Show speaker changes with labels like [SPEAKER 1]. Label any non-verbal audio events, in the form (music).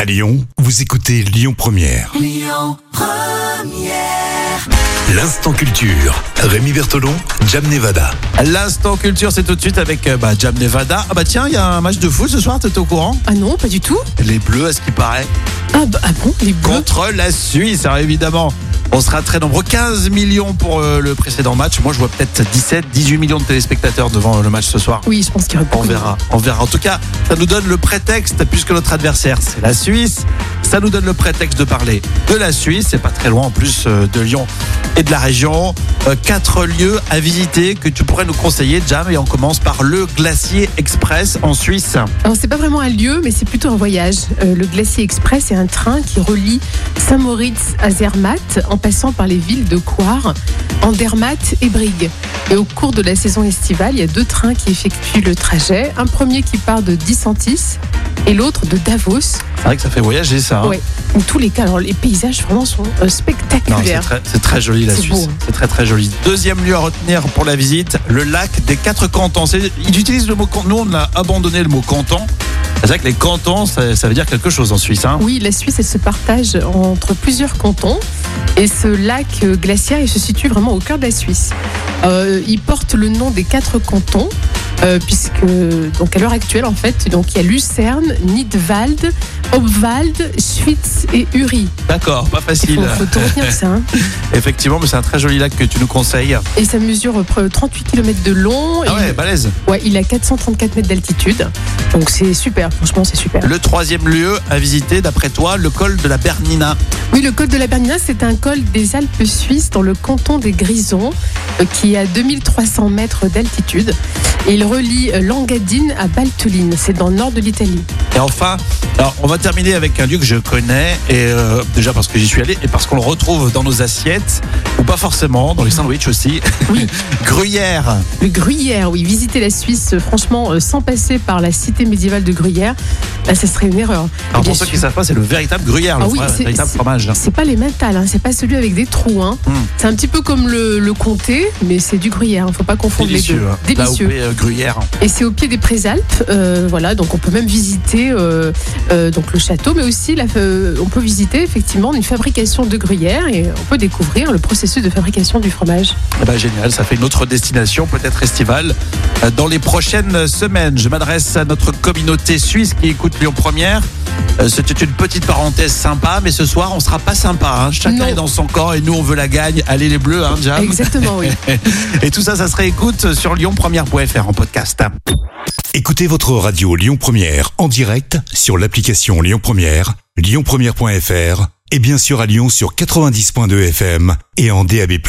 [SPEAKER 1] À Lyon, vous écoutez Lyon Première. Lyon Première. L'instant culture. Rémi Bertolon, Jam Nevada.
[SPEAKER 2] L'instant culture, c'est tout de suite avec euh, bah, Jam Nevada. Ah bah tiens, il y a un match de foot ce soir, t'es au courant
[SPEAKER 3] Ah non, pas du tout.
[SPEAKER 2] Les Bleus, à ce qui paraît,
[SPEAKER 3] Ah, bah- ah bon, les bleus.
[SPEAKER 2] contre la Suisse, alors évidemment. On sera très nombreux, 15 millions pour euh, le précédent match. Moi, je vois peut-être 17, 18 millions de téléspectateurs devant euh, le match ce soir.
[SPEAKER 3] Oui, je pense qu'il y aura
[SPEAKER 2] On
[SPEAKER 3] beaucoup de-
[SPEAKER 2] verra, on verra. En tout cas, ça nous donne le prétexte, puisque notre adversaire, c'est la Suisse, ça nous donne le prétexte de parler de la Suisse, c'est pas très loin en plus euh, de Lyon et de la région. Euh, Quatre lieux à visiter que tu pourrais nous conseiller, Jam, et on commence par le Glacier Express en Suisse.
[SPEAKER 3] Alors, c'est pas vraiment un lieu, mais c'est plutôt un voyage. Euh, le Glacier Express est un train qui relie Saint-Moritz à Zermatt en passant par les villes de Coire, Andermatt et Brigue. Et au cours de la saison estivale, il y a deux trains qui effectuent le trajet. Un premier qui part de Dissentis et l'autre de Davos.
[SPEAKER 2] C'est vrai que ça fait voyager ça. hein.
[SPEAKER 3] Ouais. Où tous les cas, alors les paysages vraiment sont euh,
[SPEAKER 2] Non, c'est
[SPEAKER 3] spectaculaires.
[SPEAKER 2] très, c'est très joli la
[SPEAKER 3] C'est
[SPEAKER 2] Suisse.
[SPEAKER 3] beau, hein.
[SPEAKER 2] C'est très très joli. Deuxième lieu à retenir pour la visite, le lac des quatre cantons. C'est- Ils utilisent le mot canton. Nous, on a abandonné le mot canton. C'est vrai que les cantons, ça, ça veut dire quelque chose en Suisse. Hein.
[SPEAKER 3] Oui, la Suisse, elle se partage entre plusieurs cantons. Et ce lac euh, glaciaire, il se situe vraiment au cœur de la Suisse. Euh, il porte le nom des quatre cantons, euh, puisque donc à l'heure actuelle, en fait, donc il y a Lucerne, Nidwald, Obwald, Schwyz et Uri.
[SPEAKER 2] D'accord, pas
[SPEAKER 3] Il
[SPEAKER 2] facile.
[SPEAKER 3] faut, faut tout retenir ça. hein.
[SPEAKER 2] Effectivement, mais c'est un très joli lac que tu nous conseilles.
[SPEAKER 3] Et ça mesure euh, près de 38 km de long.
[SPEAKER 2] Ah
[SPEAKER 3] et
[SPEAKER 2] ouais, balèze.
[SPEAKER 3] il, ouais, il a 434 mètres d'altitude. Donc c'est super, franchement, c'est super.
[SPEAKER 2] Le troisième lieu à visiter, d'après toi, le col de la Bernina.
[SPEAKER 3] Oui, le col de la Bernina, c'est un col des Alpes suisses dans le canton des Grisons, euh, qui est à 2300 mètres d'altitude. Et il relie euh, Langadine à Baltoline, c'est dans le nord de l'Italie.
[SPEAKER 2] Et enfin, alors on va terminer avec un lieu que je connais, et euh, déjà parce que j'y suis allé, et parce qu'on le retrouve dans nos assiettes, ou pas forcément, dans les sandwichs aussi.
[SPEAKER 3] Oui.
[SPEAKER 2] (laughs) Gruyère.
[SPEAKER 3] Le Gruyère, oui, visiter la Suisse, euh, franchement, euh, sans passer par la cité médiévale de Gruyère, là, ça serait une erreur.
[SPEAKER 2] Alors
[SPEAKER 3] Bien
[SPEAKER 2] pour ceux qui
[SPEAKER 3] sûr.
[SPEAKER 2] ne savent pas, c'est le véritable Gruyère, le
[SPEAKER 3] Ah oui,
[SPEAKER 2] vrai-
[SPEAKER 3] c'est-
[SPEAKER 2] véritable
[SPEAKER 3] c'est-
[SPEAKER 2] fromage.
[SPEAKER 3] C'est pas les mentales, hein, c'est pas celui avec des trous. Hein.
[SPEAKER 2] Hum.
[SPEAKER 3] C'est un petit peu comme le, le comté, mais c'est du Gruyère, hein, faut pas confondre les deux.
[SPEAKER 2] Délicieux. hein. Là où
[SPEAKER 3] Délicieux.
[SPEAKER 2] est, euh, Gruyère.
[SPEAKER 3] Et c'est au pied des Présalpes, euh, voilà. Donc on peut même visiter euh, euh, donc le château, mais aussi la, euh, on peut visiter effectivement une fabrication de gruyère et on peut découvrir le processus de fabrication du fromage.
[SPEAKER 2] Eh ben, génial, ça fait une autre destination, peut-être estivale, euh, dans les prochaines semaines. Je m'adresse à notre communauté suisse qui écoute Lyon Première. Euh, C'était une petite parenthèse sympa, mais ce soir, on sera pas sympa. hein. Chacun
[SPEAKER 3] Non.
[SPEAKER 2] est dans son corps et nous, on veut la gagne. Allez les bleus, hein, Jam.
[SPEAKER 3] Exactement, oui.
[SPEAKER 2] Et tout ça, ça se réécoute sur lyonpremière.fr en podcast.
[SPEAKER 1] Écoutez votre radio Lyon Première en direct sur l'application Lyon Première, lyonpremière.fr et bien sûr à Lyon sur 90.2 FM et en DAB+.